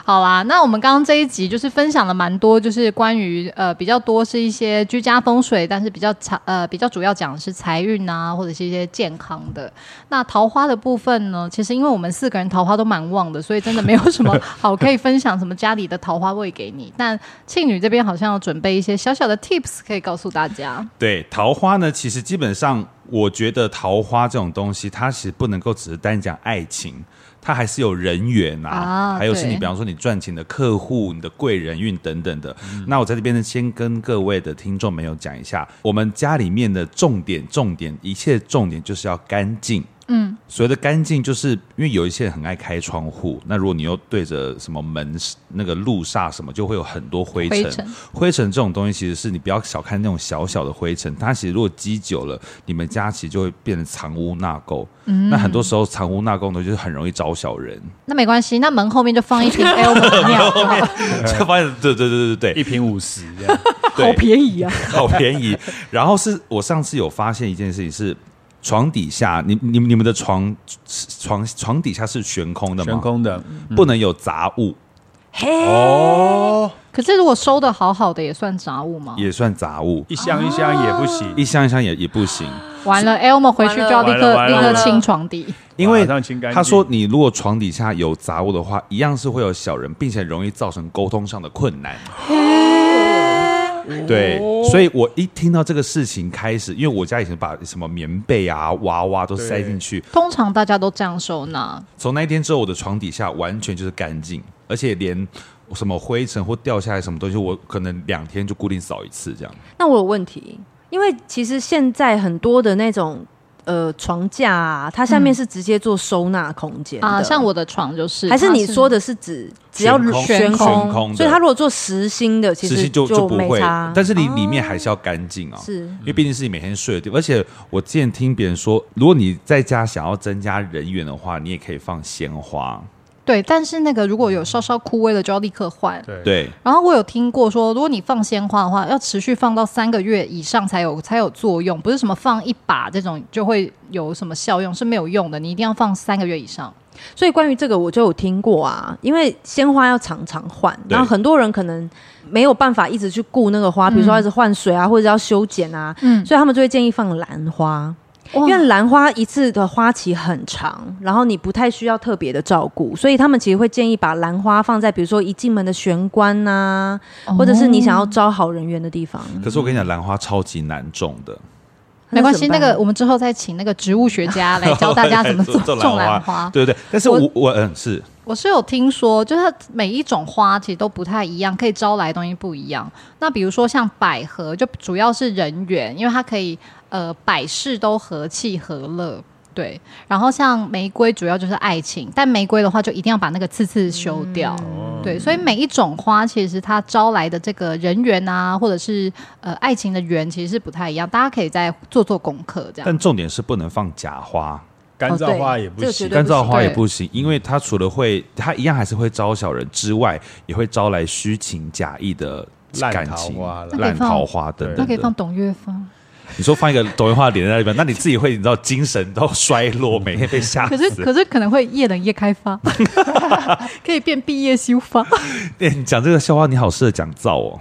B: 好啦，那我们刚刚这一集就是分享了蛮多，就是关于呃比较多是一些居家风水，但是比较财呃比较主要讲的是财运啊，或者是一些健康的。那桃花的部分呢，其实因为我们四个人桃花都蛮旺的，所以真的没有 什么好可以分享什么家里的桃花味给你。但庆女这边好像要准备一些小小的 tips 可以告诉大家。
D: 对，桃花呢，其实基本上，我觉得桃花这种东西，它其实不能够只是单讲爱情，它还是有人缘啊，
B: 啊
D: 还有是你
B: 对
D: 比方说你赚钱的客户、你的贵人运等等的。那我在这边呢，先跟各位的听众朋友讲一下，我们家里面的重点、重点，一切重点就是要干净。嗯，所谓的干净，就是因为有一些人很爱开窗户，那如果你又对着什么门、那个路煞什么，就会有很多灰尘。
B: 灰尘
D: 灰尘这种东西，其实是你不要小看那种小小的灰尘，它其实如果积久了，你们家其实就会变成藏污纳垢。
E: 嗯
D: 那很多时候藏污纳垢呢，就是很容易招小 人。
B: 那没关系，那门后面就放一瓶 L 尿就好了，
D: 这发现，对对对对对，
C: 一瓶五十 这样。
D: 对
E: 便宜啊！
D: 好便宜。然后是我上次有发现一件事情是。床底下，你你你们的床床床底下是悬空的吗？
C: 悬空嗯的
D: 不能有杂物，
C: 哦，
B: 可是如果收的好好的也算杂物吗？
D: 也算杂物。
C: 一箱一箱也不行，
D: 一箱一箱也也不行，
B: 完了，Elmo 回去就要立刻
C: 完了
B: 立
C: 完
B: 刻
C: 了
B: 清床底。
D: 因为
C: 马上清干净
D: 他说你如果床底下有杂物的话，一样是会有小人，并且容易造成沟通上的困难。哦对，所以我一听到这个事情开始，因为我家以前把什么棉被啊、娃娃都塞进去，
B: 通常大家都这样收纳，
D: 从那一天之后，我的床底下完全就是干净，而且连什么灰尘或掉下来什么东西，我可能两天就固定扫一次这样。
E: 那我有问题，因为其实现在很多的那种呃床架啊，它下面是直接做收纳空间的
B: 啊，像。我的床就是，
E: 还是你
B: 它
E: 说的是指只要
D: 悬空
E: 悬
D: 悬空的
E: 所以它如果做实心的，其
D: 实
E: 实
D: 心就不
E: 没
D: 会
E: 差，。
D: 但是你里面还是要干净啊，
E: 是
D: 因为毕竟是你每天睡的地方。而且我之前听别人说，如果你在家想要增加人缘的话，你也可以放鲜花。
B: 对，但是那个如果有稍稍枯萎了，就要立刻换。
C: 对
D: 对，
B: 然后我有听过说，如果你放鲜花的话，要持续放到三个月以上才有才有作用，不是什么放一把这种就会有什么效用是没有用的，你一定要放三个月以上。
E: 所以关于这个，我就有听过啊，因为鲜花要常常换，
D: 对
E: 然后很多人可能没有办法一直去顾那个花，比如说要一直换水啊，或者要修剪啊，
B: 嗯哦
E: 所以他们就会建议放兰花。因为兰花一次的花期很长，然后你不太需要特别的照顾，所以他们其实会建议把兰花放在比如说一进门的玄关呐、
B: 哦
E: 或者是你想要招好人缘的地方。
D: 可是我跟你讲，兰花超级难种的，
B: 没关系，
E: 怎
B: 那
E: 么办
B: 个我们之后再请那个植物学家来教大家怎么 种种兰花。
D: 对对对。但是
B: 我
D: 我我嗯是
B: 我是有听说，就是它每一种花其实都不太一样，可以招来的东西不一样。那比如说像百合，就主要是人缘，因为它可以呃百事都和气和乐。对，然后像玫瑰主要就是爱情，但玫瑰的话就一定要把那个刺刺修掉。
D: 嗯
B: 对，所以每一种花其实它招来的这个人缘啊，或者是呃爱情的缘，其实是不太一样。大家可以再做做功课，这样。
D: 但重点是不能放假花，
C: 干
E: 哦
C: 燥
E: 对
C: 花也不
E: 这个
C: 行
E: 绝。对
D: 干燥花
B: 对
D: 也不行，因为它除了会，它一样还是会招小人之外，也会招来虚情假意的
C: 烂
D: 感
C: 桃
D: 情
C: 花啦、
D: 烂桃花等
B: 那
D: 等
B: 可以放
D: 的。
B: 董月芳。
D: 你说放一个 董文花的脸在那边，那你自己会你知道精神都衰落，每天被吓
B: 可是
D: 死。
B: 可是可能会夜冷夜开 发，可以变毕业修发。
D: 哎你讲这个笑话，你好适合讲造哦，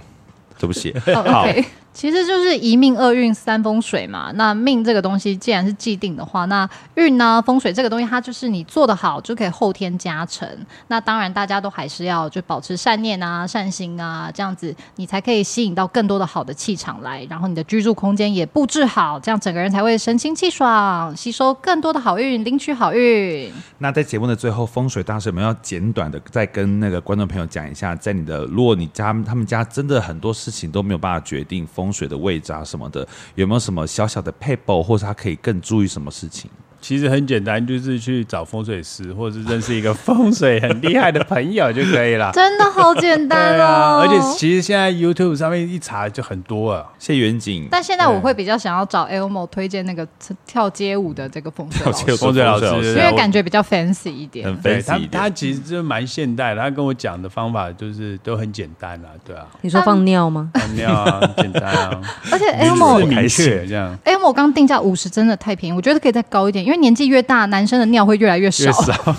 D: 对不起。好，
B: 其实就是一命二运三风水嘛。那命这个东西既然是既定的话，那运呢、风水这个东西，它就是你做得好就可以后天加成。那当然，大家都还是要就保持善念啊、善心啊，这样子你才可以吸引到更多的好的气场来，然后你的居住空间也布置好，这样整个人才会神清气爽，吸收更多的好运，领取好运。。
C: 啊
D: 那在节目的最后，风水大师们要简短的再跟那个观众朋友讲一下，在你的如果你家他们家真的很多事情都没有办法决定风水的位置啊什么的，有没有什么小小的配 e 或者他可以更注意什么事情？
C: 其实很简单，就是去找风水师，或者是认识一个风水很厉害的朋友就可以 了
B: 真的好简单
C: 对啊，
B: 哦！
C: 而且其实现在 YouTube 上面一查就很多啊了。
D: 谢远景，
B: 但现在我会比较想要找 Elmo 推荐那个跳街舞的这个风水老师，
C: 风水老师
B: 因
C: 对啊
B: 为
C: 我
B: 感觉比较 fancy 一点
D: 很。
C: 对他
D: fancy 一，
C: 他
D: 点。
C: 其实就蛮现代的。他跟我讲的方法就是都很简单啦，对 啊，
B: 嗯
E: 你说放尿吗？
C: 很妙啊，很简单 啊，
B: 而且
C: 就是
B: Elmo
C: 明确这样。
B: Elmo 刚定价五十，真的太便宜，我觉得可以再高一点，因为年纪越大，男生的尿会越来越少。
C: 越少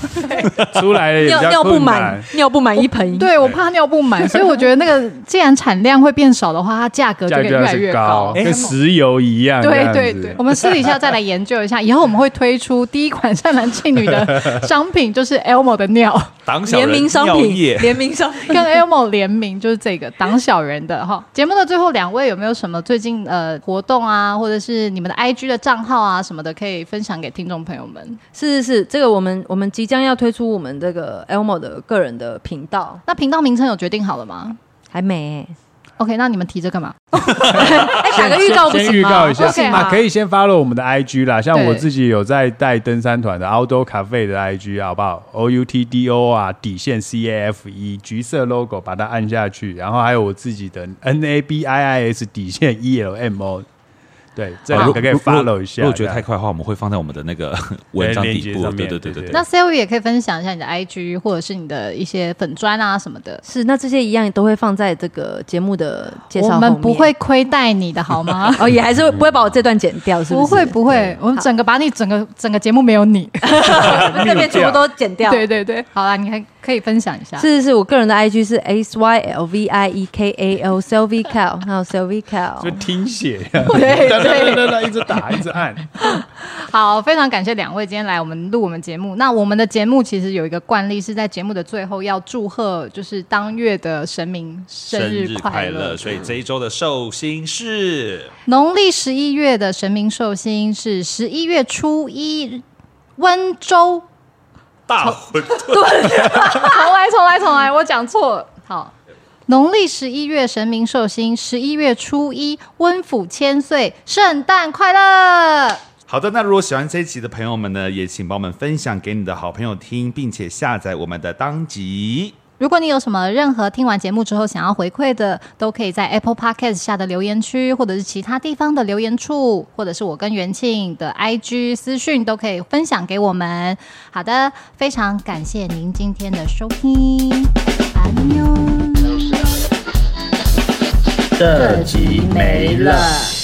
C: 出来了也比
E: 尿尿
C: 较
E: 不
C: 困
E: 满
C: 难。，
E: 尿不满一 盆。，
B: 对，我怕尿不满，所以我觉得那个既然产量会变少的话，它价格就
C: 价
B: 可以
C: 格
B: 越来越
C: 是高，
D: 哎
B: 高。
C: 跟石油一样。这
B: 对
C: 样
B: 对
C: 子
B: 对，我们私底下再来研究一下，以后我们会推出第一款 善男信女的商品，就是 Elmo 的尿。
D: 挡小
E: 联
D: 人
E: 名商
D: 尿
E: 品，
D: 液
E: 联名 商品
B: 跟。Elmo 联名就是这个挡小人的哈。节目的最后两位有没有什么最近呃活动啊，或者是你们的 IG 的账号啊什么的，可以分享给听众朋友们？
E: 是是是，这个我们我们即将要推出我们这个 Elmo 的个人的频道，
B: 那频道名称有决定好了吗
E: 还没、
B: ？OK，那你们提这干嘛？
E: 哎、打个预告 不
C: 先
E: 行
C: 预
E: 吗？
C: 告一下
B: 不行吗
C: 啊，可以先 follow 我们的 IG 啦，像
B: 对
C: 我自己有在带登山团的 Outdoor Cafe 的 IG 好不好？O U T D O 啊，底线 C A F E 橘色 logo 把它按下去，然后还有我自己的 N A B I I S 底线 E L M O，对，这
D: 好
C: 两个可以
D: 啊如果
C: follow 一下。
D: 如果觉得太
C: 这样
D: 快的话，我们会放在我们的那个文章底部。
C: 链接上
D: 对
C: 面
D: 对对对
C: 对
D: 对
B: 那。Sylvie 也可以分享一下你的 IG 或者是你的一些粉砖啊什么的。
E: 是，那这些一样也都会放在这个节目的介绍
B: 我
E: 后
B: 们不
E: 面？
B: 会亏待你的好吗
E: 哦，也还
C: 嗯
E: 是会不会把我这段剪掉，是
B: 不
E: 是？
B: 会不会，我们整个把你整个整个节目没有你。
E: 会，这边全部都剪掉。
B: 对对对，好啦，你还可以分享一下。
E: 是是是，我个人的 IG 是 S Y L V I E K A O s e l v i c a l 还有 s e l v i c a
C: 就
E: l
C: 听写，哒
B: 对
C: 哒哒哒哒一直打一直按。
B: 好，非常感谢两位今天来我们录我们节目。那我们的节目其实有一个惯例，是在节目的最后要祝贺，就是当月的神明生日快乐。
D: 所以这一周的寿星是
B: 农历十一月的神明寿星是十一月初一，温州。
D: 大混
B: 重 来，重来，重来，我讲错了。好，农历十一月神明寿星，十一月初一，温府千岁，圣诞快乐。
D: 好的，那如果喜欢这一集的朋友们呢，也请帮我们分享给你的好朋友听，并且下载我们的当集。
B: 如果你有什么任何听完节目之后想要回馈的，都可以在 Apple Podcast 下的留言区，或者是其他地方的留言处，或者是我跟元庆的 IG 私讯都可以分享给我们。好的，非常感谢您今天的收听，安妞。这集没了。